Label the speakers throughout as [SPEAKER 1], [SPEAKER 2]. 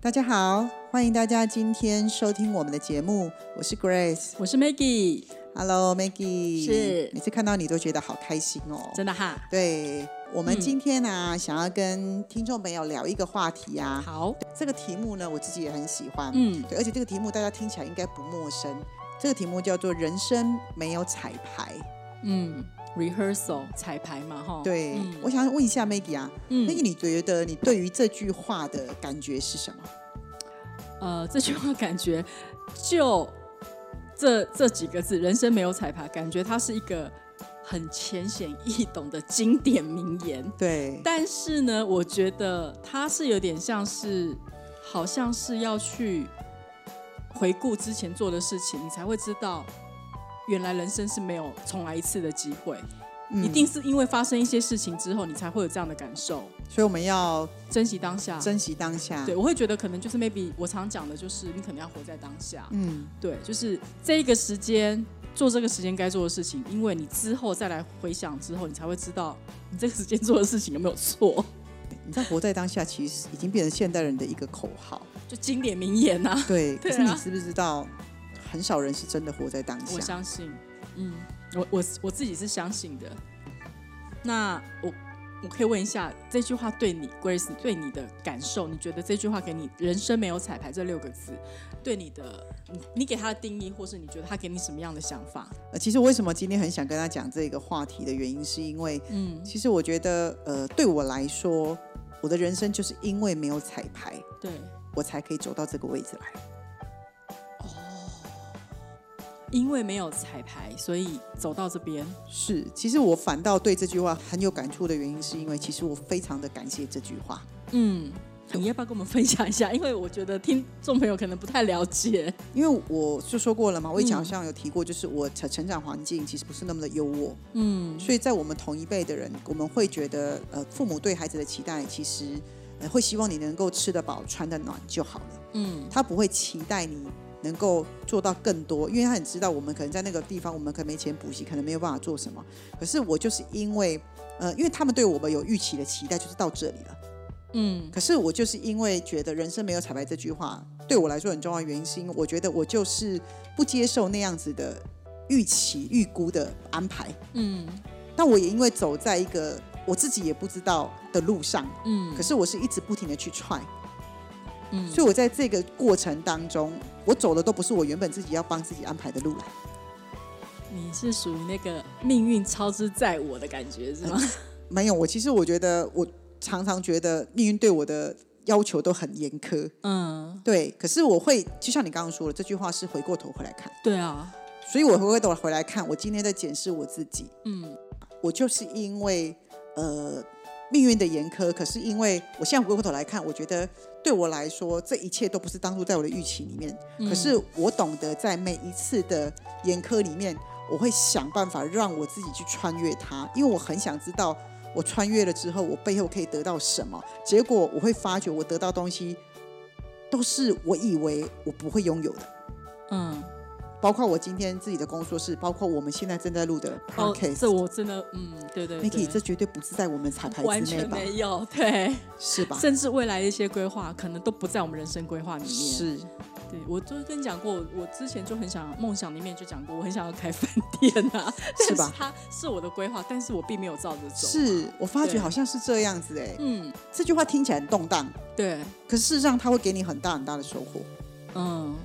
[SPEAKER 1] 大家好，欢迎大家今天收听我们的节目，我是 Grace。
[SPEAKER 2] 我是 Maggie，
[SPEAKER 1] Hello Maggie，
[SPEAKER 2] 是
[SPEAKER 1] 每次看到你都觉得好开心哦。
[SPEAKER 2] 真的哈。
[SPEAKER 1] 对我们
[SPEAKER 2] 嗯
[SPEAKER 1] 今天呢、啊想要跟听众朋友聊一个话题啊。
[SPEAKER 2] 好，
[SPEAKER 1] 这个题目呢，我自己也很喜欢。
[SPEAKER 2] 嗯，
[SPEAKER 1] 对，而且这个题目大家听起来应该不陌生。这个题目叫做“人生没有彩排
[SPEAKER 2] 嗯，rehearsal 彩排嘛，哈”。。
[SPEAKER 1] 对，
[SPEAKER 2] 嗯
[SPEAKER 1] 我想问一下 Maggie 啊、m a g g i e
[SPEAKER 2] 嗯，
[SPEAKER 1] 你觉得你对于这句话的感觉是什么？
[SPEAKER 2] 呃，这句话感觉就这这几个字，人生没有彩排，感觉它是一个很浅显易懂的经典名言。
[SPEAKER 1] 对，
[SPEAKER 2] 但是呢，我觉得它是有点像是，好像是要去回顾之前做的事情，你才会知道，原来人生是没有重来一次的机会。
[SPEAKER 1] 嗯
[SPEAKER 2] 一定。是因为发生一些事情之后，你才会有这样的感受。
[SPEAKER 1] 所以我们要
[SPEAKER 2] 珍惜当下，
[SPEAKER 1] 珍惜当下。
[SPEAKER 2] 啊对，我会觉得可能就是 maybe 我常讲的就是你可能要活在当下，
[SPEAKER 1] 嗯，
[SPEAKER 2] 对，就是这个时间做这个时间该做的事情，因为你之后再来回想之后，你才会知道你这个时间做的事情有没有错，
[SPEAKER 1] 你知道“活在当下”其实已经变成现代人的一个口号。
[SPEAKER 2] 就经典名言呐、啊，
[SPEAKER 1] 对，可
[SPEAKER 2] 对啊
[SPEAKER 1] 是你知不知道，很少人是真的活在当下。
[SPEAKER 2] 我相信，嗯，我我我自己是相信的。那我我可以问一下，这句话对你 Grace 对你的感受，你觉得这句话给你“人生没有彩排”这六个字，对你的你你给它的定义，或是你觉得它给你什么样的想法？
[SPEAKER 1] 呃，其实我为什么今天很想跟他讲这个话题的原因，是因为
[SPEAKER 2] 嗯，
[SPEAKER 1] 其实我觉得，呃，对我来说，我的人生就是因为没有彩排，
[SPEAKER 2] 对，
[SPEAKER 1] 我才可以走到这个位置来。
[SPEAKER 2] 因为没有彩排，所以走到这边。
[SPEAKER 1] 是，其实我反倒对这句话很有感触的原因，是因为其实我非常的感谢这句话。
[SPEAKER 2] 嗯，你要不要跟我们分享一下？因为我觉得听众朋友可能不太了解。
[SPEAKER 1] 因为我就说过了嘛，我以前
[SPEAKER 2] 嗯
[SPEAKER 1] 好像有提过，就是我成成长环境其实不是那么的优渥，
[SPEAKER 2] 嗯，
[SPEAKER 1] 所以在我们同一辈的人，我们会觉得，呃，父母对孩子的期待其实、呃、会希望你能够吃得饱、穿得暖就好了，
[SPEAKER 2] 嗯，
[SPEAKER 1] 他不会期待你能够做到更多，因为他很知道我们可能在那个地方，我们可能没钱补习，可能没有办法做什么。可是我就是因为，呃，因为他们对我们有预期的期待，就是到这里了。
[SPEAKER 2] 嗯，
[SPEAKER 1] 可是我就是因为觉得“人生没有彩排”这句话对我来说很重要，的原因是因为我觉得我就是不接受那样子的预期、预估的安排。
[SPEAKER 2] 嗯，
[SPEAKER 1] 但我也因为走在一个我自己也不知道的路上，
[SPEAKER 2] 嗯
[SPEAKER 1] 可，是我是一直不停的去踹，
[SPEAKER 2] 嗯，
[SPEAKER 1] 所以我在这个过程当中，我走的都不是我原本自己要帮自己安排的路来。
[SPEAKER 2] 你是属于那个命运操之在我的感觉是吗？
[SPEAKER 1] 哎没有，我其实我觉得我常常觉得命运对我的要求都很严苛，
[SPEAKER 2] 嗯，
[SPEAKER 1] 对。可是我会，就像你刚刚说的，这句话是回过头回来看，
[SPEAKER 2] 对啊，
[SPEAKER 1] 所以我回过头回来看，我今天在检视我自己，
[SPEAKER 2] 嗯
[SPEAKER 1] 我就是因为呃命运的严苛，可是因为我现在回过头来看，我觉得对我来说，这一切都不是当初在我的预期里面。可是我懂得在每一次的严苛里面，我会想办法让我自己去穿越它，因为我很想知道我穿越了之后，我背后可以得到什么。结果我会发觉，我得到东西都是我以为我不会拥有的。
[SPEAKER 2] 嗯，
[SPEAKER 1] 包括我今天自己的工作室，包括我们现在正在录的 podcast，、
[SPEAKER 2] 这哦我真的，嗯，对对
[SPEAKER 1] m i
[SPEAKER 2] 对
[SPEAKER 1] k i 这绝对不是在我们彩排
[SPEAKER 2] 完
[SPEAKER 1] 之内
[SPEAKER 2] 全
[SPEAKER 1] 吧？啊
[SPEAKER 2] 没有，对，
[SPEAKER 1] 是吧？
[SPEAKER 2] 甚至未来的一些规划，可能都不在我们人生规划里面。，
[SPEAKER 1] 是，
[SPEAKER 2] 对我就跟你讲过，我之前就很想梦想里面就讲过，我很想要开饭店啊，
[SPEAKER 1] 是吧
[SPEAKER 2] 但它是我的规划，但是我并没有照着走。，
[SPEAKER 1] 是我发觉
[SPEAKER 2] 对
[SPEAKER 1] 好像是这样子哎、
[SPEAKER 2] 嗯，
[SPEAKER 1] 这句话听起来很动荡，
[SPEAKER 2] 对，
[SPEAKER 1] 可是事实上它会给你很大很大的收获。
[SPEAKER 2] 嗯，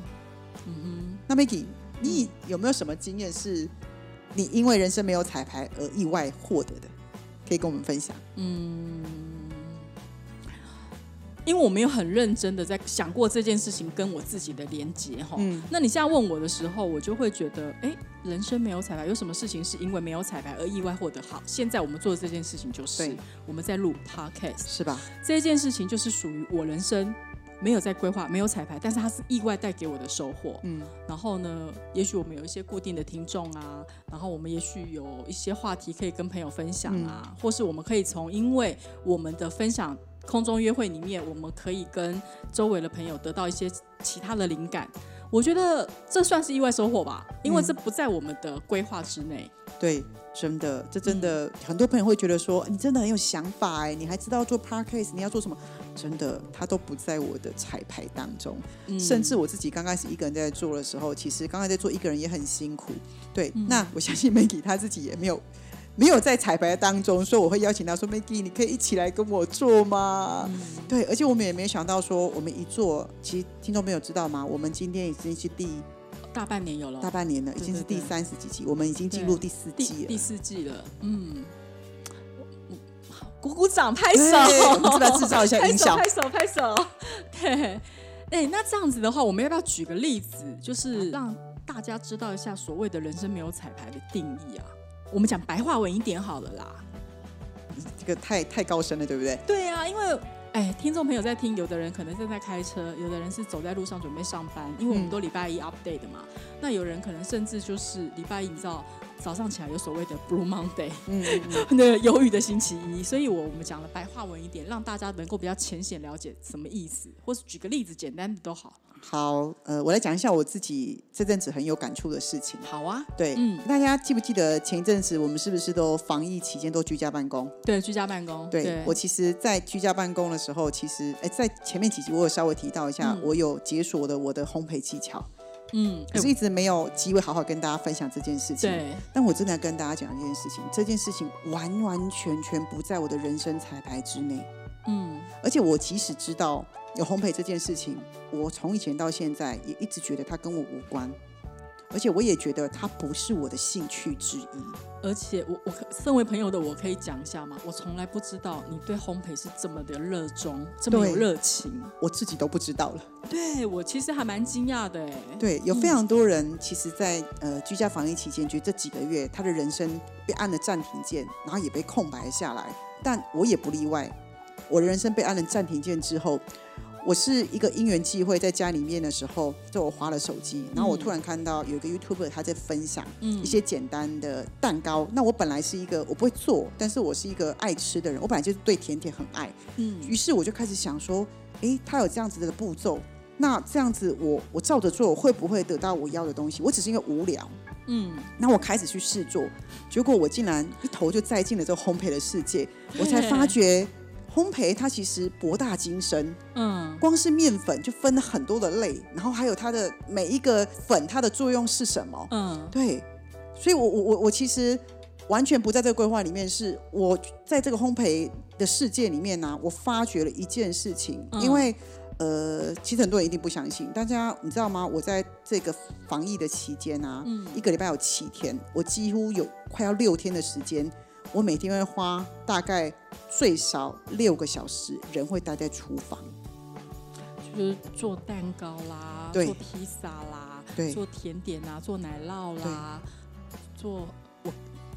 [SPEAKER 2] 嗯
[SPEAKER 1] 那 Maggie，你有没有什么经验是你因为人生没有彩排而意外获得的？可以跟我们分享。
[SPEAKER 2] 哼，嗯。因为我没有很认真的在想过这件事情跟我自己的连接哈，
[SPEAKER 1] 嗯
[SPEAKER 2] 那你现在问我的时候，我就会觉得，哎，人生没有彩排，有什么事情是因为没有彩排而意外获得好？现在我们做的这件事情就是
[SPEAKER 1] 对，
[SPEAKER 2] 我们在录 podcast，
[SPEAKER 1] 是吧？
[SPEAKER 2] 这件事情就是属于我人生没有在规划，没有彩排，但是它是意外带给我的收获。
[SPEAKER 1] 嗯，
[SPEAKER 2] 然后呢，也许我们有一些固定的听众啊，然后我们也许有一些话题可以跟朋友分享啊，
[SPEAKER 1] 嗯
[SPEAKER 2] 或是我们可以从因为我们的分享空中约会里面，我们可以跟周围的朋友得到一些其他的灵感。我觉得这算是意外收获吧，因为这
[SPEAKER 1] 嗯
[SPEAKER 2] 不在我们的规划之内。
[SPEAKER 1] 对，真的，这真
[SPEAKER 2] 嗯
[SPEAKER 1] 的、很多朋友会觉得说，你真的很有想法哎，你还知道做 podcast，你要做什么？真的，它都不在我的彩排当中。
[SPEAKER 2] 嗯
[SPEAKER 1] 甚至我自己刚开始一个人在做的时候，其实刚才在做一个人也很辛苦。对，
[SPEAKER 2] 嗯
[SPEAKER 1] 那我相信 Maggie 她自己也没有。没有在彩排当中，所以我会邀请她说：“Maggie，你可以一起来跟我做吗？”
[SPEAKER 2] 嗯
[SPEAKER 1] 对，而且我们也没想到说，我们一做，其实听众朋友知道吗？我们今天已经是第
[SPEAKER 2] 大半年有了
[SPEAKER 1] 大，半年了，已
[SPEAKER 2] 对
[SPEAKER 1] 经是第
[SPEAKER 2] 对对
[SPEAKER 1] 三十几集，我们已经进入第四
[SPEAKER 2] 第
[SPEAKER 1] 季了。
[SPEAKER 2] 第四季了，嗯，我我鼓鼓掌，拍手
[SPEAKER 1] 对，我们是不是要制造一下音效
[SPEAKER 2] 拍手，拍手，拍 手，对。哎，那这样子的话，我们要不要举个例子，
[SPEAKER 1] 啊
[SPEAKER 2] 就是让大家知道一下所谓的人生没有彩排的定义啊？我们讲白话文一点好了啦。
[SPEAKER 1] 这个太太高深了，对不对？
[SPEAKER 2] 对啊，因为哎，听众朋友在听，有的人可能正在开车，有的人是走在路上准备上班，因为我们
[SPEAKER 1] 嗯
[SPEAKER 2] 都礼拜一 update 的嘛。那有人可能甚至就是礼拜一，你知道早上起来有所谓的 Blue Monday，
[SPEAKER 1] 嗯，
[SPEAKER 2] 那忧郁的星期一，所以我我们讲了白话文一点，让大家能够比较浅显了解什么意思，或是举个例子，简单的都好。
[SPEAKER 1] 好，呃，我来讲一下我自己这阵子很有感触的事情。
[SPEAKER 2] 好啊，
[SPEAKER 1] 对，
[SPEAKER 2] 嗯
[SPEAKER 1] 大家记不记得前一阵子我们是不是都防疫期间都居家办公？
[SPEAKER 2] 对，居家办公，
[SPEAKER 1] 对
[SPEAKER 2] 对
[SPEAKER 1] 我其实，在居家办公的时候，其实哎，在前面几集我有稍微提到一下，
[SPEAKER 2] 嗯
[SPEAKER 1] 我有解锁的我的烘焙技巧，
[SPEAKER 2] 嗯，
[SPEAKER 1] 可是一直没有机会好好跟大家分享这件事情。
[SPEAKER 2] 对，
[SPEAKER 1] 但我真的要跟大家讲一件事情，这件事情完完全全不在我的人生彩排之内。
[SPEAKER 2] 嗯
[SPEAKER 1] 而且我即使知道有烘焙这件事情，我从以前到现在也一直觉得它跟我无关，而且我也觉得它不是我的兴趣之一。
[SPEAKER 2] 而且我我可身为朋友的我可以讲一下吗？我从来不知道你对烘焙是这么的热衷，这么
[SPEAKER 1] 对
[SPEAKER 2] 有热情。
[SPEAKER 1] 我自己都不知道了。
[SPEAKER 2] 对我其实还蛮惊讶的哎。
[SPEAKER 1] 对，有非常多人其实在，呃居家防疫期间，觉得这几个月他的人生被按了暂停键，然后也被空白下来。但我也不例外，我的人生被按了暂停键之后，我是一个因缘际会，在家里面的时候，就我划了手机，然后我突然看到有一个 YouTuber 他在分享
[SPEAKER 2] 嗯
[SPEAKER 1] 一些简单的蛋糕。那我本来是一个我不会做，但是我是一个爱吃的人，我本来就是对甜点很爱。
[SPEAKER 2] 嗯
[SPEAKER 1] 于是我就开始想说，诶，他有这样子的步骤，那这样子我我照着做会不会得到我要的东西？我只是因为无聊，
[SPEAKER 2] 嗯，
[SPEAKER 1] 那我开始去试做，结果我竟然一头就栽进了这个烘焙的世界，我才发觉。烘焙它其实博大精深，
[SPEAKER 2] 嗯
[SPEAKER 1] 光是面粉就分了很多的类，然后还有它的每一个粉它的作用是什么，
[SPEAKER 2] 嗯
[SPEAKER 1] 对，所以我我我我其实完全不在这个规划里面，是我在这个烘焙的世界里面呢、啊我发觉了一件事情，
[SPEAKER 2] 嗯
[SPEAKER 1] 因为。呃，其实很多人一定不相信，大家你知道吗？我在这个防疫的期间啊，
[SPEAKER 2] 嗯
[SPEAKER 1] 一个礼拜有七天，我几乎有快要六天的时间，我每天会花大概最少六个小时，人会待在厨房。
[SPEAKER 2] 就是做蛋糕啦，
[SPEAKER 1] 对
[SPEAKER 2] 做披萨啦，
[SPEAKER 1] 对
[SPEAKER 2] 做甜点啦，做奶酪啦，做我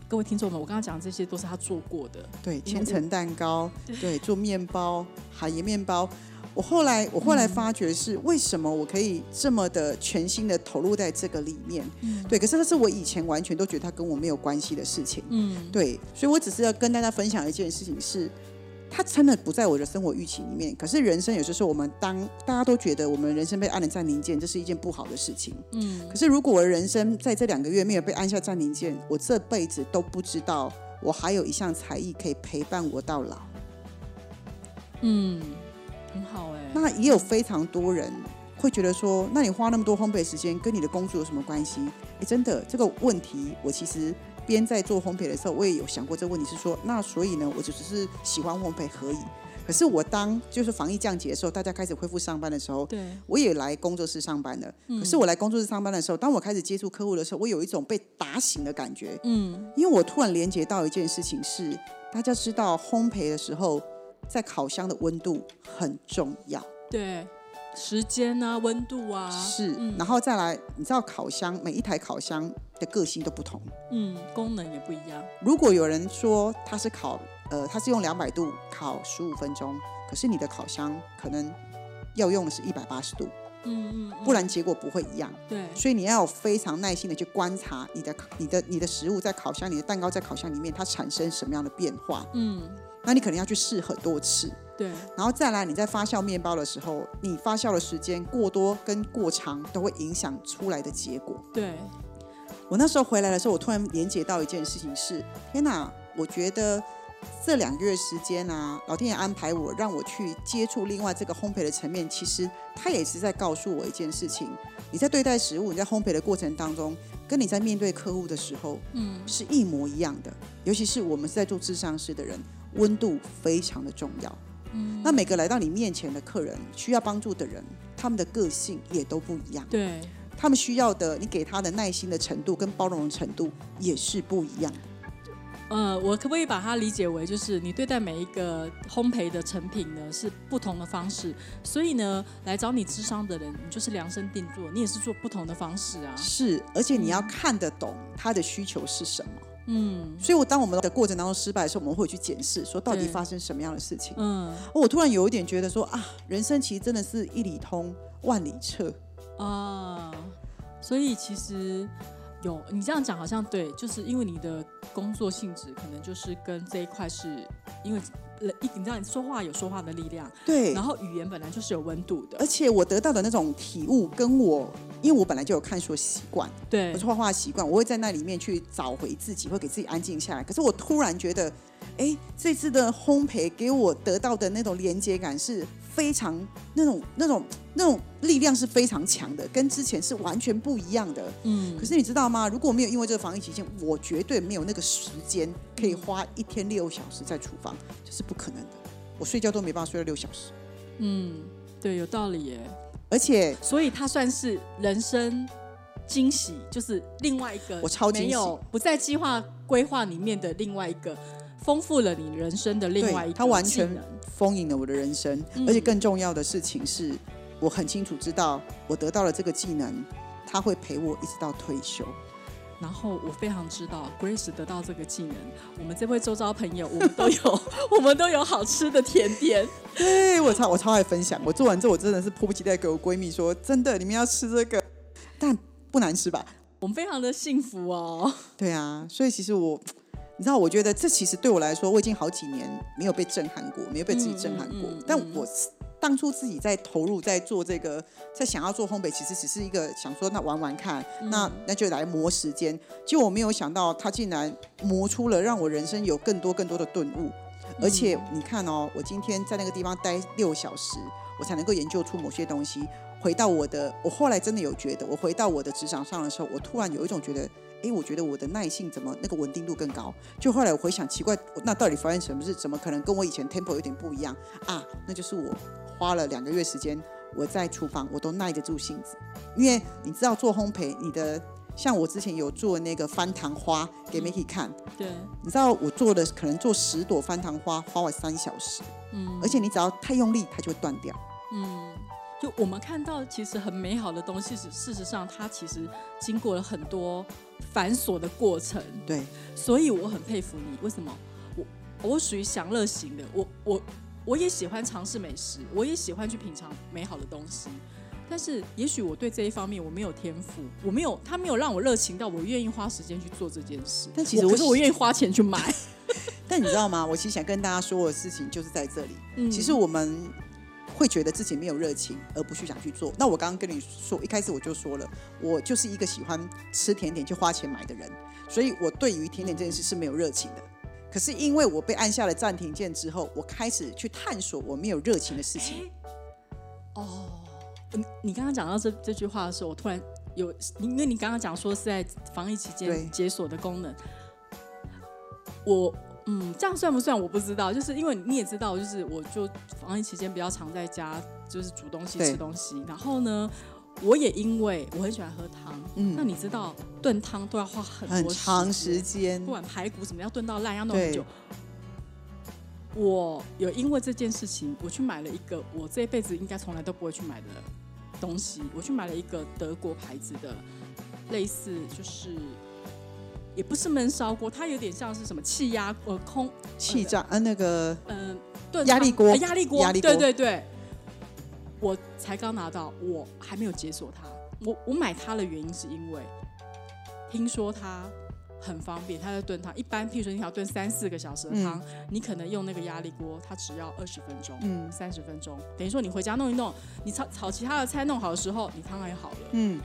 [SPEAKER 2] 各位听众们，我刚刚讲的这些都是他做过的。
[SPEAKER 1] 对，
[SPEAKER 2] 因为
[SPEAKER 1] 千层蛋 糕，对，做面包，海盐面包。我后来，我后
[SPEAKER 2] 嗯
[SPEAKER 1] 来发觉是为什么我可以这么的全心的投入在这个里面，
[SPEAKER 2] 嗯
[SPEAKER 1] 对。可是这是我以前完全都觉得它跟我没有关系的事情，
[SPEAKER 2] 嗯，
[SPEAKER 1] 对。所以我只是要跟大家分享一件事情是，它真的不在我的生活预期里面。可是人生有些时候，我们当大家都觉得我们人生被按了暂停键，这是一件不好的事情。
[SPEAKER 2] 嗯
[SPEAKER 1] 可是如果我的人生在这两个月没有被按下暂停键，我这辈子都不知道我还有一项才艺可以陪伴我到老。
[SPEAKER 2] 嗯，很好哎、
[SPEAKER 1] 那也有非常多人会觉得说，那你花那么多烘焙时间，跟你的工作有什么关系？诶，真的这个问题，我其实边在做烘焙的时候，我也有想过这个问题，是说，那所以呢，我就只是喜欢烘焙可以。可是我当就是防疫降级的时候，大家开始恢复上班的时候，
[SPEAKER 2] 对，
[SPEAKER 1] 我也来工作室上班了。可是我来工作室上班的时候，当我开始接触客户的时候，我有一种被打醒的感觉，
[SPEAKER 2] 嗯
[SPEAKER 1] 因为我突然连接到一件事情是，大家知道烘焙的时候，在烤箱的温度很重要，
[SPEAKER 2] 对，时间啊，温度啊，
[SPEAKER 1] 是，
[SPEAKER 2] 嗯
[SPEAKER 1] 然后再来，你知道烤箱每一台烤箱的个性都不同。
[SPEAKER 2] 嗯，功能也不一样，
[SPEAKER 1] 如果有人说他是烤，呃，他是用两百度烤十五分钟，可是你的烤箱可能要用的是一百八十度，
[SPEAKER 2] 嗯嗯嗯，
[SPEAKER 1] 不然结果不会一样。
[SPEAKER 2] 对，
[SPEAKER 1] 所以你要有非常耐心的去观察你的、你的、你的食物在烤箱里，你的蛋糕在烤箱里面它产生什么样的变化，
[SPEAKER 2] 嗯
[SPEAKER 1] 那你可能要去试很多次，
[SPEAKER 2] 对，
[SPEAKER 1] 然后再来你在发酵面包的时候，你发酵的时间过多跟过长都会影响出来的结果。
[SPEAKER 2] 对，
[SPEAKER 1] 我那时候回来的时候，我突然连接到一件事情是：天哪！我觉得这两个月时间啊，老天爷安排我让我去接触另外这个烘焙的层面，其实他也是在告诉我一件事情：你在对待食物、你在烘焙的过程当中，跟你在面对客户的时候
[SPEAKER 2] 嗯
[SPEAKER 1] 是一模一样的。尤其是我们是在做智商师的人，温度非常的重要。
[SPEAKER 2] 嗯，
[SPEAKER 1] 那每个来到你面前的客人，需要帮助的人，他们的个性也都不一样。
[SPEAKER 2] 对。
[SPEAKER 1] 他们需要的，你给他的耐心的程度跟包容的程度也是不一样。
[SPEAKER 2] 呃，我可不可以把它理解为，就是你对待每一个烘焙的成品呢，是不同的方式，所以呢，来找你智商的人，你就是量身定做，你也是做不同的方式啊。
[SPEAKER 1] 是，而且你要看得懂他的需求是什么。
[SPEAKER 2] 嗯
[SPEAKER 1] 所以，我当我们的过程当中失败的时候，我们会去检视，说到底
[SPEAKER 2] 对
[SPEAKER 1] 发生什么样的事情。
[SPEAKER 2] 嗯
[SPEAKER 1] 哦我突然有一点觉得说啊，人生其实真的是一里通万里彻。
[SPEAKER 2] 啊，所以其实有你这样讲好像对，就是因为你的工作性质可能就是跟这一块是因为人一你知道你说话有说话的力量，
[SPEAKER 1] 对哎
[SPEAKER 2] 然，后语言本来就是有温度的
[SPEAKER 1] 而，且我得到的那种体悟，跟我因为我本来就有看书的习惯，
[SPEAKER 2] 对
[SPEAKER 1] 我是画画习惯，我会在那里面去找回自己，会给自己安静下来。可是我突然觉得，哎，这次的烘焙给我得到的那种连接感是非常那种那种那种力量是非常强的，跟之前是完全不一样的。
[SPEAKER 2] 嗯
[SPEAKER 1] 可是你知道吗？如果没有因为这个防疫期间，我绝对没有那个时间可以花一天六小时在厨房，这是不可能的。我睡觉都没办法睡到六小时，
[SPEAKER 2] 嗯，对，有道理耶。
[SPEAKER 1] 而且
[SPEAKER 2] 所以它算是人生惊喜，就是另外一个
[SPEAKER 1] 我超惊喜
[SPEAKER 2] 没有不在计划规划里面的另外一个，丰富了你人生的另外一
[SPEAKER 1] 对，
[SPEAKER 2] 个
[SPEAKER 1] 它完
[SPEAKER 2] 技
[SPEAKER 1] 全
[SPEAKER 2] 能
[SPEAKER 1] 丰盈了我的人生，
[SPEAKER 2] 嗯
[SPEAKER 1] 而且更重要的事情是，我很清楚知道我得到了这个技能，它会陪我一直到退休。
[SPEAKER 2] 然后我非常知道 Grace 得到这个技能，我们这位周遭朋友，我们 都有，我们都有好吃的甜点。
[SPEAKER 1] 对我超我超爱分享，我做完之后我真的是迫不及待给我闺蜜说，真的你们要吃这个，但不难吃吧？
[SPEAKER 2] 我们非常的幸福哦，
[SPEAKER 1] 对啊，所以其实我，你知道，我觉得这其实对我来说，我已经好几年没有被震撼过，没有被自己震撼过。
[SPEAKER 2] 嗯嗯嗯
[SPEAKER 1] 但我当初自己在投入在做这个，在想要做烘焙，其实只是一个想说那玩玩看，
[SPEAKER 2] 嗯
[SPEAKER 1] 那那就来磨时间。结果我没有想到，它竟然磨出了让我人生有更多更多的顿悟。而且
[SPEAKER 2] 嗯
[SPEAKER 1] 你看哦，我今天在那个地方待六小时，我才能够研究出某些东西。回到我的，我后来真的有觉得，我回到我的职场上的时候，我突然有一种觉得，诶，我觉得我的耐性怎么那个稳定度更高？就后来我回想，奇怪，那到底发生什么事？怎么可能跟我以前 tempo 有点不一样啊？那就是我花了两个月时间，我在厨房我都耐得住性子，因为你知道做烘焙，你的像我之前有做那个翻糖花给 Micky 看，
[SPEAKER 2] 对，
[SPEAKER 1] 你知道我做的可能做十朵翻糖花花我三小时，
[SPEAKER 2] 嗯
[SPEAKER 1] 而且你只要太用力，它就会断掉。
[SPEAKER 2] 嗯，就我们看到其实很美好的东西，事事实上它其实经过了很多繁琐的过程，
[SPEAKER 1] 对，
[SPEAKER 2] 所以我很佩服你。为什么？我我属于享乐型的，我我我也喜欢尝试美食，我也喜欢去品尝美好的东西。但是，也许我对这一方面我没有天赋，我没有，他没有让我热情到我愿意花时间去做这件事。
[SPEAKER 1] 但其实我
[SPEAKER 2] 可是我愿意花钱去买。
[SPEAKER 1] 但你知道吗？我其实想跟大家说的事情就是在这里。
[SPEAKER 2] 嗯
[SPEAKER 1] 其实我们会觉得自己没有热情，而不去想去做。那我刚刚跟你说，一开始我就说了，我就是一个喜欢吃甜点就花钱买的人，所以我对于甜点这件事是没有热情的。可是因为我被按下了暂停键之后，我开始去探索我没有热情的事情。
[SPEAKER 2] 哦，你你刚刚讲到这这句话的时候，我突然有，因为你刚刚讲说是在防疫期
[SPEAKER 1] 对
[SPEAKER 2] 间解锁的功能，我嗯，这样算不算我不知道，就是因为你也知道，就是我就防疫期间比较常在家，就是煮东西
[SPEAKER 1] 对
[SPEAKER 2] 吃东西，然后呢。我也因为我很喜欢喝汤，
[SPEAKER 1] 嗯
[SPEAKER 2] 哎那你知道炖汤都要花很
[SPEAKER 1] 很
[SPEAKER 2] 多
[SPEAKER 1] 长
[SPEAKER 2] 时
[SPEAKER 1] 时
[SPEAKER 2] 间
[SPEAKER 1] 间
[SPEAKER 2] 不，管排骨什么要炖到烂，要弄很
[SPEAKER 1] 对
[SPEAKER 2] 久。我有因为这件事情，我去买了一个我这辈子应该从来都不会去买的东西，我去买了一个德国牌子的，类似就是也不是焖烧锅，它有点像是什么气压呃空
[SPEAKER 1] 气胀，呃，那个
[SPEAKER 2] 嗯、呃、炖
[SPEAKER 1] 压力锅
[SPEAKER 2] 呃压力锅
[SPEAKER 1] 压力锅
[SPEAKER 2] 对对对。我才刚拿到，我还没有解锁它。我我买它的原因是因为听说它很方便，它在炖汤，一般譬如说你要炖三四个小时的
[SPEAKER 1] 嗯
[SPEAKER 2] 汤，你可能用那个压力锅，它只要二十分钟，
[SPEAKER 1] 嗯
[SPEAKER 2] 三十分钟，等于说你回家弄一弄，你炒炒其他的菜弄好的时候，你汤也好了。
[SPEAKER 1] 嗯，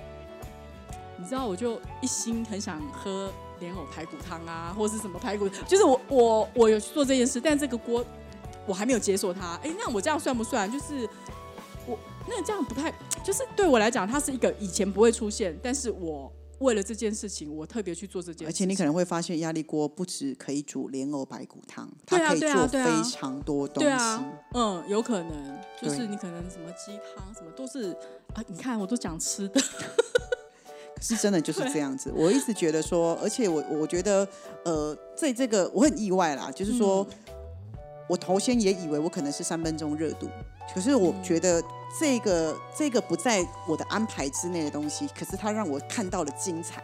[SPEAKER 2] 你知道，我就一心很想喝莲藕排骨汤啊，或是什么排骨，就是我我我有去做这件事，但这个锅我还没有解锁它。哎，那我这样算不算？就是我那这样不太，就是对我来讲，它是一个以前不会出现，但是我为了这件事情，我特别去做这件事情。
[SPEAKER 1] 而且你可能会发现压力锅不止可以煮莲藕排骨汤，它
[SPEAKER 2] 对啊
[SPEAKER 1] 可以
[SPEAKER 2] 对啊
[SPEAKER 1] 做
[SPEAKER 2] 对
[SPEAKER 1] 非
[SPEAKER 2] 啊
[SPEAKER 1] 常多东
[SPEAKER 2] 对
[SPEAKER 1] 西。
[SPEAKER 2] 啊，嗯，有可能就是
[SPEAKER 1] 对
[SPEAKER 2] 你可能什么鸡汤什么都是啊，你看我都讲吃的，
[SPEAKER 1] 可是真的就是这样子。我一直觉得说，而且我我觉得，呃，在这个我很意外啦，就是说、我头先也以为我可能是三分钟热度，可是我觉得这个这个不在我的安排之内的东西，可是它让我看到了精彩。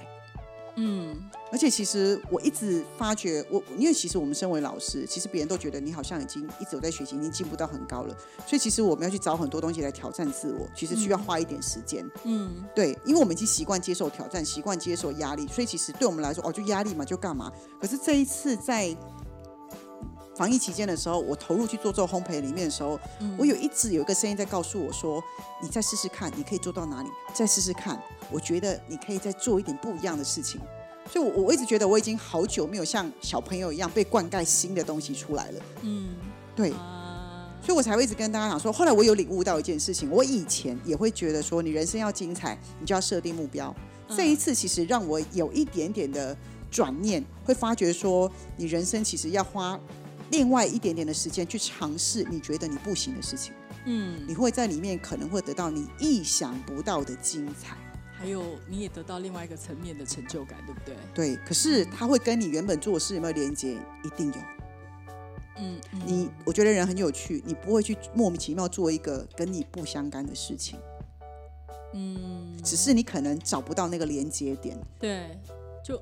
[SPEAKER 2] 嗯
[SPEAKER 1] 而且其实我一直发觉，我因为其实我们身为老师，其实别人都觉得你好像已经一直有在学习，已经进步到很高了。所以其实我们要去找很多东西来挑战自我，其实需要花一点时间。
[SPEAKER 2] 嗯，
[SPEAKER 1] 对，因为我们已经习惯接受挑战，习惯接受压力，所以其实对我们来说，哦，就压力嘛，就干嘛？可是这一次在防疫期间的时候，我投入去做做烘焙里面的时候，我有一直有一个声音在告诉我说：“你再试试看，你可以做到哪里？再试试看，我觉得你可以再做一点不一样的事情。”所以我，我一直觉得我已经好久没有像小朋友一样被灌溉新的东西出来了。
[SPEAKER 2] 嗯
[SPEAKER 1] 对，
[SPEAKER 2] 啊，
[SPEAKER 1] 所以我才会一直跟大家讲说，后来我有领悟到一件事情，我以前也会觉得说，你人生要精彩，你就要设定目标。
[SPEAKER 2] 嗯
[SPEAKER 1] 这一次其实让我有一点点的转念，会发觉说，你人生其实要花另外一点点的时间去尝试你觉得你不行的事情，
[SPEAKER 2] 嗯。
[SPEAKER 1] 你会在里面可能会得到你意想不到的精彩。
[SPEAKER 2] 还有你也得到另外一个层面的成就感，对不对？
[SPEAKER 1] 对，可是它会跟你原本做的事有没有连接？一定有。
[SPEAKER 2] 嗯，
[SPEAKER 1] 你我觉得人很有趣，你不会去莫名其妙做一个跟你不相干的事情。
[SPEAKER 2] 嗯，
[SPEAKER 1] 只是你可能找不到那个连接点。
[SPEAKER 2] 对，就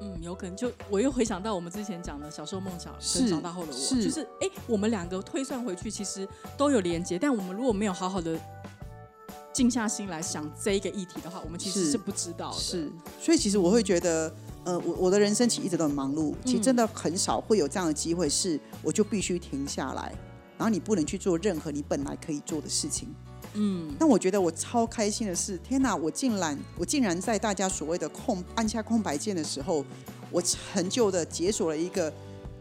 [SPEAKER 2] 嗯，有可能就我又回想到我们之前讲的小时候梦想跟
[SPEAKER 1] 是
[SPEAKER 2] 长大后的我，
[SPEAKER 1] 是
[SPEAKER 2] 就是哎，我们两个推算回去其实都有连接，但我们如果没有好好的静下心来想这一个议题的话，我们其实
[SPEAKER 1] 是
[SPEAKER 2] 是不知道的。，，
[SPEAKER 1] 所以其实我会觉得，呃，我我的人生其实一直都很忙
[SPEAKER 2] 嗯
[SPEAKER 1] 碌，其实真的很少会有这样的机会，是我就必须停下来，然后你不能去做任何你本来可以做的事情。
[SPEAKER 2] 嗯
[SPEAKER 1] 但我觉得我超开心的是，天哪！我竟然我竟然在大家所谓的空按下空白键的时候，我成就的解锁了一个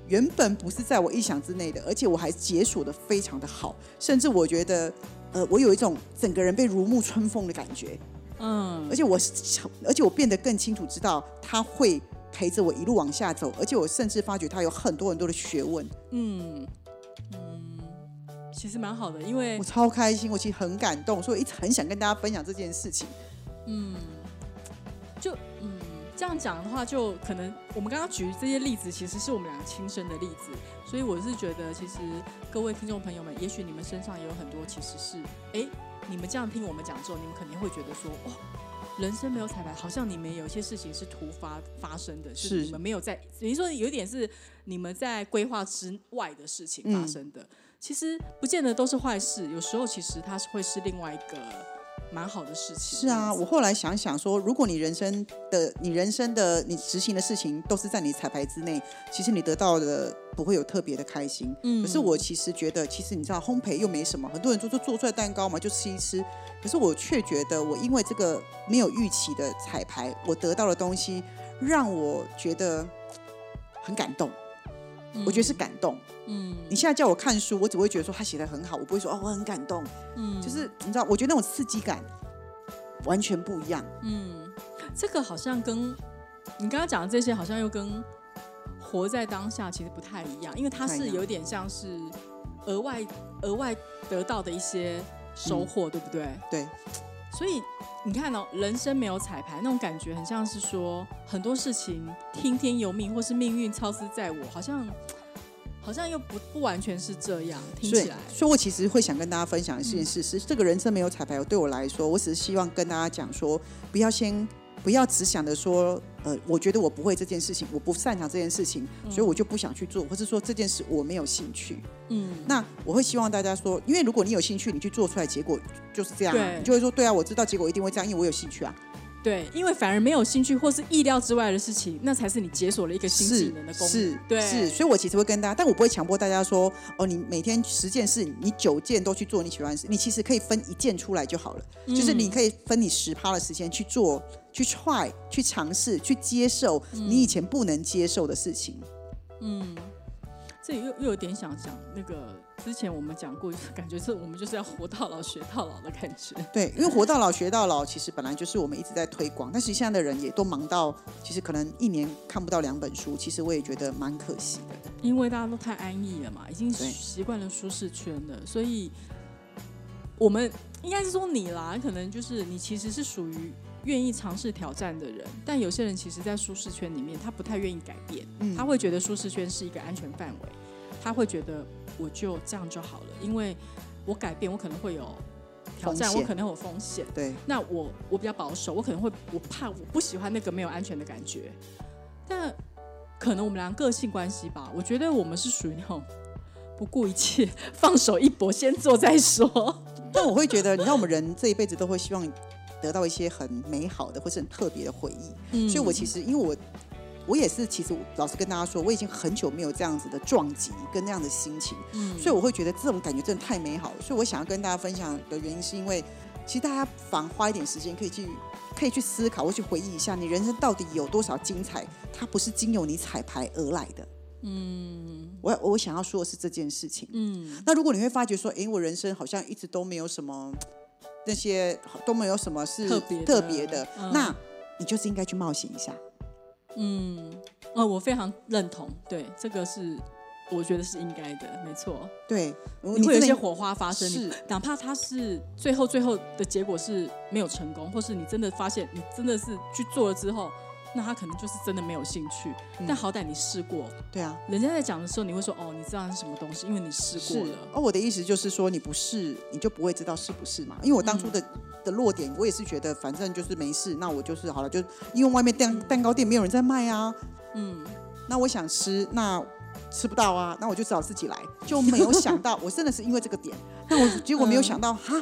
[SPEAKER 1] 原本不是在我意想之内的，而且我还解锁的非常的好，甚至我觉得，呃，我有一种整个人被如沐春风的感觉，
[SPEAKER 2] 嗯
[SPEAKER 1] 而且我想，而且我变得更清楚知道他会陪着我一路往下走，而且我甚至发觉他有很多很多的学问，
[SPEAKER 2] 嗯嗯，其实蛮好的，因为
[SPEAKER 1] 我超开心，我其实很感动，所以我一直很想跟大家分享这件事情。
[SPEAKER 2] 嗯，就嗯，这样讲的话，就可能我们刚刚举这些例子，其实是我们两个亲身的例子，所以我是觉得，其实各位听众朋友们，也许你们身上也有很多，其实是哎，你们这样听我们讲之后，你们肯定会觉得说，哇。人生没有彩排，好像你们有一些事情是突发发生的，是
[SPEAKER 1] 是
[SPEAKER 2] 你们没有在，等于说有一点是你们在规划之外的事情发生
[SPEAKER 1] 嗯
[SPEAKER 2] 的。其实不见得都是坏事，有时候其实它是会是另外一个蛮好的事情。
[SPEAKER 1] 是
[SPEAKER 2] 这样
[SPEAKER 1] 啊，
[SPEAKER 2] 子
[SPEAKER 1] 我后来想想说，如果你人生的你人生的你执行的事情都是在你彩排之内，其实你得到的不会有特别的开心。
[SPEAKER 2] 嗯
[SPEAKER 1] 可是我其实觉得，其实你知道烘焙又没什么，很多人就说做出来蛋糕嘛，就吃一吃。可是我却觉得，我因为这个没有预期的彩排，我得到的东西让我觉得很感动。我觉得是感动。
[SPEAKER 2] 嗯
[SPEAKER 1] 你现在叫我看书，我只会觉得说他写的很好，我不会说哦我很感动。
[SPEAKER 2] 嗯
[SPEAKER 1] 就是你知道，我觉得那种刺激感完全不一样。
[SPEAKER 2] 嗯，这个好像跟你刚刚讲的这些好像又跟活在当下其实不太一样，因为它
[SPEAKER 1] 不太
[SPEAKER 2] 是
[SPEAKER 1] 一样
[SPEAKER 2] 有点像是额外额外得到的一些收
[SPEAKER 1] 嗯
[SPEAKER 2] 获，对不对？
[SPEAKER 1] 对，
[SPEAKER 2] 所以你看哦，人生没有彩排那种感觉，很像是说很多事情听天由命，或是命运操之在我，好像好像又不不完全是这样，听
[SPEAKER 1] 所以
[SPEAKER 2] 起来，嗯
[SPEAKER 1] 所以我其实会想跟大家分享一件事，是这个人生没有彩排，对我来说，我只是希望跟大家讲说，不要先不要只想着说，呃，我觉得我不会这件事情，我不擅长这件事情，所以我就不想去做，或是说这件事我没有兴趣。
[SPEAKER 2] 嗯，
[SPEAKER 1] 那我会希望大家说，因为如果你有兴趣，你去做出来，结果就是这样、啊，
[SPEAKER 2] 对
[SPEAKER 1] 你就会说，对啊，我知道结果一定会这样，因为我有兴趣啊。
[SPEAKER 2] 对，因为反而没有兴趣或是意料之外的事情，那才是你解锁了一个新技能的功能。
[SPEAKER 1] 是
[SPEAKER 2] 对
[SPEAKER 1] 是，所以我其实会跟大家，但我不会强迫大家说，哦，你每天十件事，你九件都去做你喜欢的事，你其实可以分一件出来就好了，
[SPEAKER 2] 嗯
[SPEAKER 1] 就是你可以分你十趴的时间去做。去 try，去尝试，去接受
[SPEAKER 2] 嗯
[SPEAKER 1] 你以前不能接受的事情。
[SPEAKER 2] 这里又又有点想讲那个之前我们讲过， 感觉是我们就是要活到老学到老的感觉。
[SPEAKER 1] 对，因为活到老学到老，其实本来就是我们一直在推广，但是现在的人也都忙到，其实可能一年看不到两本书，其实我也觉得蛮可惜的。
[SPEAKER 2] 因为大家都太安逸了嘛，已经
[SPEAKER 1] 对
[SPEAKER 2] 习惯了舒适圈了，所以我们应该是说你啦，可能就是你其实是属于愿意尝试挑战的人，但有些人其实，在舒适圈里面，他不太愿意改变，
[SPEAKER 1] 嗯
[SPEAKER 2] 他会觉得舒适圈是一个安全范围，他会觉得我就这样就好了，因为我改变，我可能会有挑
[SPEAKER 1] 风
[SPEAKER 2] 战，
[SPEAKER 1] 险
[SPEAKER 2] 我可能会有风险。
[SPEAKER 1] 对，
[SPEAKER 2] 那我我比较保守，我可能会我怕我不喜欢那个没有安全的感觉，但可能我们俩个性关系吧，我觉得我们是属于那种不顾一切、放手一搏，先做再 说。
[SPEAKER 1] 但我会觉得，你知道，我们人这一辈子都会希望得到一些很美好的或是很特别的回忆。
[SPEAKER 2] 嗯
[SPEAKER 1] 所以我其实因为我我也是，其实我老实跟大家说，我已经很久没有这样子的撞击跟那样的心情，
[SPEAKER 2] 嗯
[SPEAKER 1] 所以我会觉得这种感觉真的太美好了。所以我想要跟大家分享的原因，是因为其实大家反而花一点时间可以去。可以去思考，或去回忆一下，你人生到底有多少精彩？它不是经由你彩排而来的。
[SPEAKER 2] 嗯
[SPEAKER 1] 我我想要说的是这件事情。
[SPEAKER 2] 嗯
[SPEAKER 1] 那如果你会发觉说，诶，我人生好像一直都没有什么那些都没有什么是
[SPEAKER 2] 特别的
[SPEAKER 1] 特别的，
[SPEAKER 2] 嗯
[SPEAKER 1] 那你就是应该去冒险一下。
[SPEAKER 2] 嗯，呃，我非常认同，对，这个是我觉得是应该的，没错。
[SPEAKER 1] 对，
[SPEAKER 2] 你会有一
[SPEAKER 1] 真
[SPEAKER 2] 些
[SPEAKER 1] 的
[SPEAKER 2] 火花发生，你
[SPEAKER 1] 是
[SPEAKER 2] 哪怕它是最后最后的结果是没有成功，或是你真的发现你真的是去做了之后，那他可能就是真的没有兴趣，
[SPEAKER 1] 嗯
[SPEAKER 2] 但好歹你试过。
[SPEAKER 1] 对啊，
[SPEAKER 2] 人家在讲的时候，你会说哦，你知道是什么东西，因为你试
[SPEAKER 1] 是
[SPEAKER 2] 过了。
[SPEAKER 1] 哦，我的意思就是说，你不试，你就不会知道是不是嘛。因为我当初的、
[SPEAKER 2] 嗯
[SPEAKER 1] 的落点，我也是觉得反正就是没事，那我就是好了，就因为外面蛋蛋糕店没有人在卖啊，
[SPEAKER 2] 嗯，
[SPEAKER 1] 那我想吃，那吃不到啊，那我就只好自己 来，就没有想到，我真的是因为这个点，那我结果没有
[SPEAKER 2] 嗯
[SPEAKER 1] 想到，哈、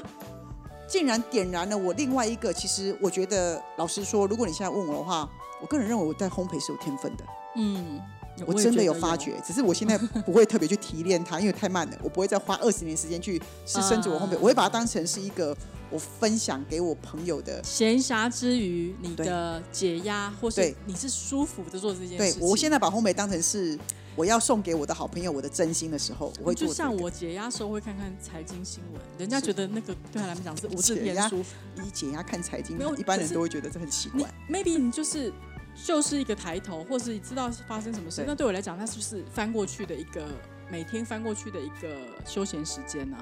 [SPEAKER 1] 竟然点燃了我另外一个。其实我觉得，老实说，如果你现在问我的话，我个人认为我在烘焙是有天分的，
[SPEAKER 2] 嗯，
[SPEAKER 1] 我
[SPEAKER 2] 也
[SPEAKER 1] 真的
[SPEAKER 2] 觉
[SPEAKER 1] 有
[SPEAKER 2] 得
[SPEAKER 1] 发觉，只是我现在不会特别去提炼它，因为太慢了，我不会再花二十年时间 去是深入我烘焙，
[SPEAKER 2] 嗯
[SPEAKER 1] 我会把它当成是一个我分享给我朋友的。
[SPEAKER 2] 闲暇之余，你的解压或是
[SPEAKER 1] 对
[SPEAKER 2] 你是舒服的做这件
[SPEAKER 1] 对
[SPEAKER 2] 事情。
[SPEAKER 1] 我现在把烘焙当成是我要送给我的好朋友我的真心的时候，我会做、这
[SPEAKER 2] 嗯就
[SPEAKER 1] 个。
[SPEAKER 2] 像我解压时候会看看财经新闻，人家觉得那个对他来讲是无字
[SPEAKER 1] 解
[SPEAKER 2] 天
[SPEAKER 1] 压
[SPEAKER 2] 书，
[SPEAKER 1] 理解呀，看财经
[SPEAKER 2] 没有，
[SPEAKER 1] 一般
[SPEAKER 2] 可
[SPEAKER 1] 人
[SPEAKER 2] 是
[SPEAKER 1] 都会觉得这很奇
[SPEAKER 2] 你
[SPEAKER 1] 怪。
[SPEAKER 2] maybe 你就是就是一个抬头，或是你知道发生什么事
[SPEAKER 1] 对，
[SPEAKER 2] 那对我来讲，那就是翻过去的一个每天翻过去的一个休闲时间啊。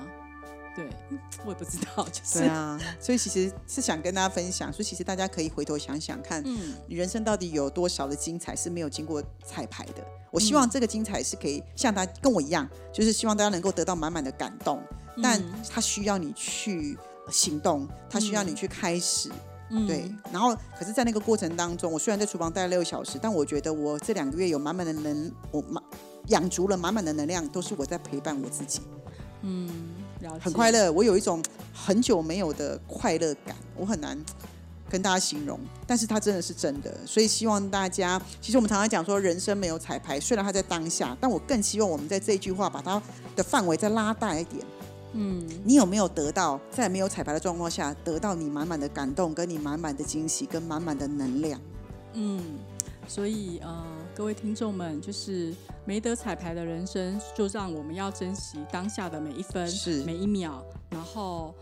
[SPEAKER 2] 对，嗯我也不知道，就是、
[SPEAKER 1] 对啊，所以其实是想跟大家分享，所以其实大家可以回头想想看，
[SPEAKER 2] 嗯
[SPEAKER 1] 你人生到底有多少的精彩是没有经过彩排的？
[SPEAKER 2] 嗯
[SPEAKER 1] 我希望这个精彩是可以像他跟我一样，就是希望大家能够得到满满的感动，但
[SPEAKER 2] 嗯
[SPEAKER 1] 他需要你去行动，他需要你去开始。
[SPEAKER 2] 嗯
[SPEAKER 1] 对，然后可是，在那个过程当中，我虽然在厨房待了六小时，但我觉得我这两个月有满满的能，我满养足了满满的能量，都是我在陪伴我自己。
[SPEAKER 2] 嗯，了解，
[SPEAKER 1] 很快乐，我有一种很久没有的快乐感，我很难跟大家形容，但是它真的是真的，所以希望大家，其实我们常常讲说人生没有彩排，虽然它在当下，但我更希望我们在这句话把它的范围再拉大一点。
[SPEAKER 2] 嗯
[SPEAKER 1] 你有没有得到在没有彩排的状况下，得到你满满的感动，跟你满满的惊喜，跟满满的能量？
[SPEAKER 2] 嗯，所以呃，各位听众们，就是没得彩排的人生，就让我们要珍惜当下的每一分
[SPEAKER 1] 是
[SPEAKER 2] 每一秒，然后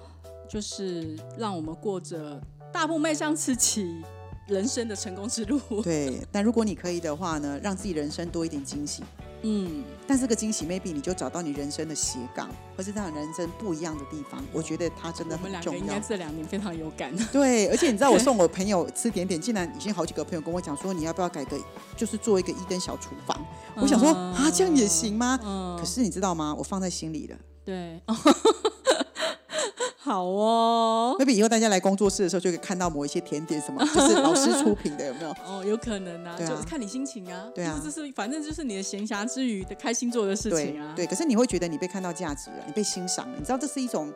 [SPEAKER 2] 就是让我们过着大步迈向自己人生的成功之路。
[SPEAKER 1] 对，但如果你可以的话呢，让自己人生多一点惊喜，
[SPEAKER 2] 嗯，
[SPEAKER 1] 但这个惊喜 maybe 你就找到你人生的斜杠，或是让人生不一样的地方，我觉得它真的
[SPEAKER 2] 我们
[SPEAKER 1] 很
[SPEAKER 2] 两
[SPEAKER 1] 重
[SPEAKER 2] 个应该
[SPEAKER 1] 要。
[SPEAKER 2] 这两年非常有感。
[SPEAKER 1] 对，而且你知道我送 我朋友吃点点，竟然已经好几个朋友跟我讲说，你要不要改个，就是做一个一灯小厨房？我想说
[SPEAKER 2] 嗯
[SPEAKER 1] 啊，这样也行吗？
[SPEAKER 2] 嗯，
[SPEAKER 1] 可是你知道吗？我放在心里了。
[SPEAKER 2] 对，好哦，
[SPEAKER 1] maybe 以后大家来工作室的时候，就可以看到某一些甜点什么，就是老师出品的，有没有？
[SPEAKER 2] 哦，有可能啊，
[SPEAKER 1] 对啊
[SPEAKER 2] 就是看你心情啊，
[SPEAKER 1] 对啊
[SPEAKER 2] 因为这是反正就是你的闲暇之余的开心做的事
[SPEAKER 1] 对
[SPEAKER 2] 情啊，
[SPEAKER 1] 对，可是你会觉得你被看到价值了，你被欣赏了，你知道这是一种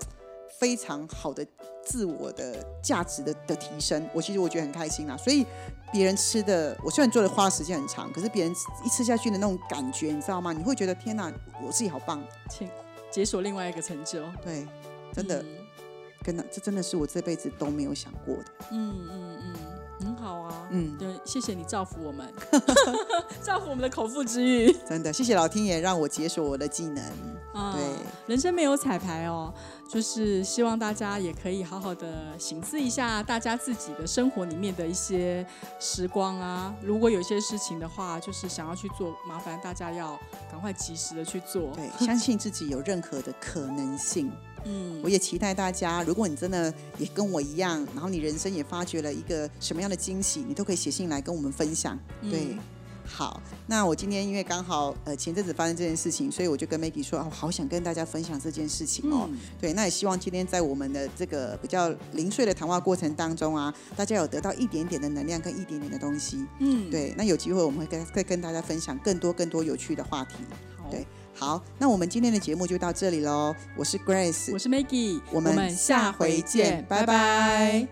[SPEAKER 1] 非常好的自我的价值的的提升。我其实我觉得很开心啦，所以别人吃的，我虽然做的花的时间很长，可是别人一吃下去的那种感觉，你知道吗？你会觉得天哪，我自己好棒，
[SPEAKER 2] 请解锁另外一个成就，
[SPEAKER 1] 对，真的，
[SPEAKER 2] 嗯
[SPEAKER 1] 跟那这真的是我这辈子都没有想过的。
[SPEAKER 2] 嗯嗯嗯，很好啊。
[SPEAKER 1] 嗯，
[SPEAKER 2] 对，谢谢你造福我 们，造福我们的口腹之欲。
[SPEAKER 1] 真的，谢谢老天爷让我解锁我的技能。
[SPEAKER 2] 啊
[SPEAKER 1] 对，
[SPEAKER 2] 人生没有彩排哦，就是希望大家也可以好好的醒思一下大家自己的生活里面的一些时光啊。如果有一些事情的话，就是想要去做，麻烦大家要赶快及时的去做。
[SPEAKER 1] 对，相信自己有任何的可能性。
[SPEAKER 2] 嗯
[SPEAKER 1] 我也期待大家，如果你真的也跟我一样，然后你人生也发掘了一个什么样的惊喜，你都可以写信来跟我们分享。对，
[SPEAKER 2] 嗯
[SPEAKER 1] 好，那我今天因为刚好呃前阵子发生这件事情，所以我就跟 Maggie 说啊，我好想跟大家分享这件事情哦。
[SPEAKER 2] 嗯，
[SPEAKER 1] 对，那也希望今天在我们的这个比较零碎的谈话过程当中啊，大家有得到一点点的能量跟一点点的东西。
[SPEAKER 2] 嗯，
[SPEAKER 1] 对，那有机会我们会跟再跟大家分享更多更多有趣的话题。
[SPEAKER 2] 好，
[SPEAKER 1] 对好，那我们今天的节目就到这里喽。我是 Grace，
[SPEAKER 2] 我是 Maggie，
[SPEAKER 1] 我们下回见拜拜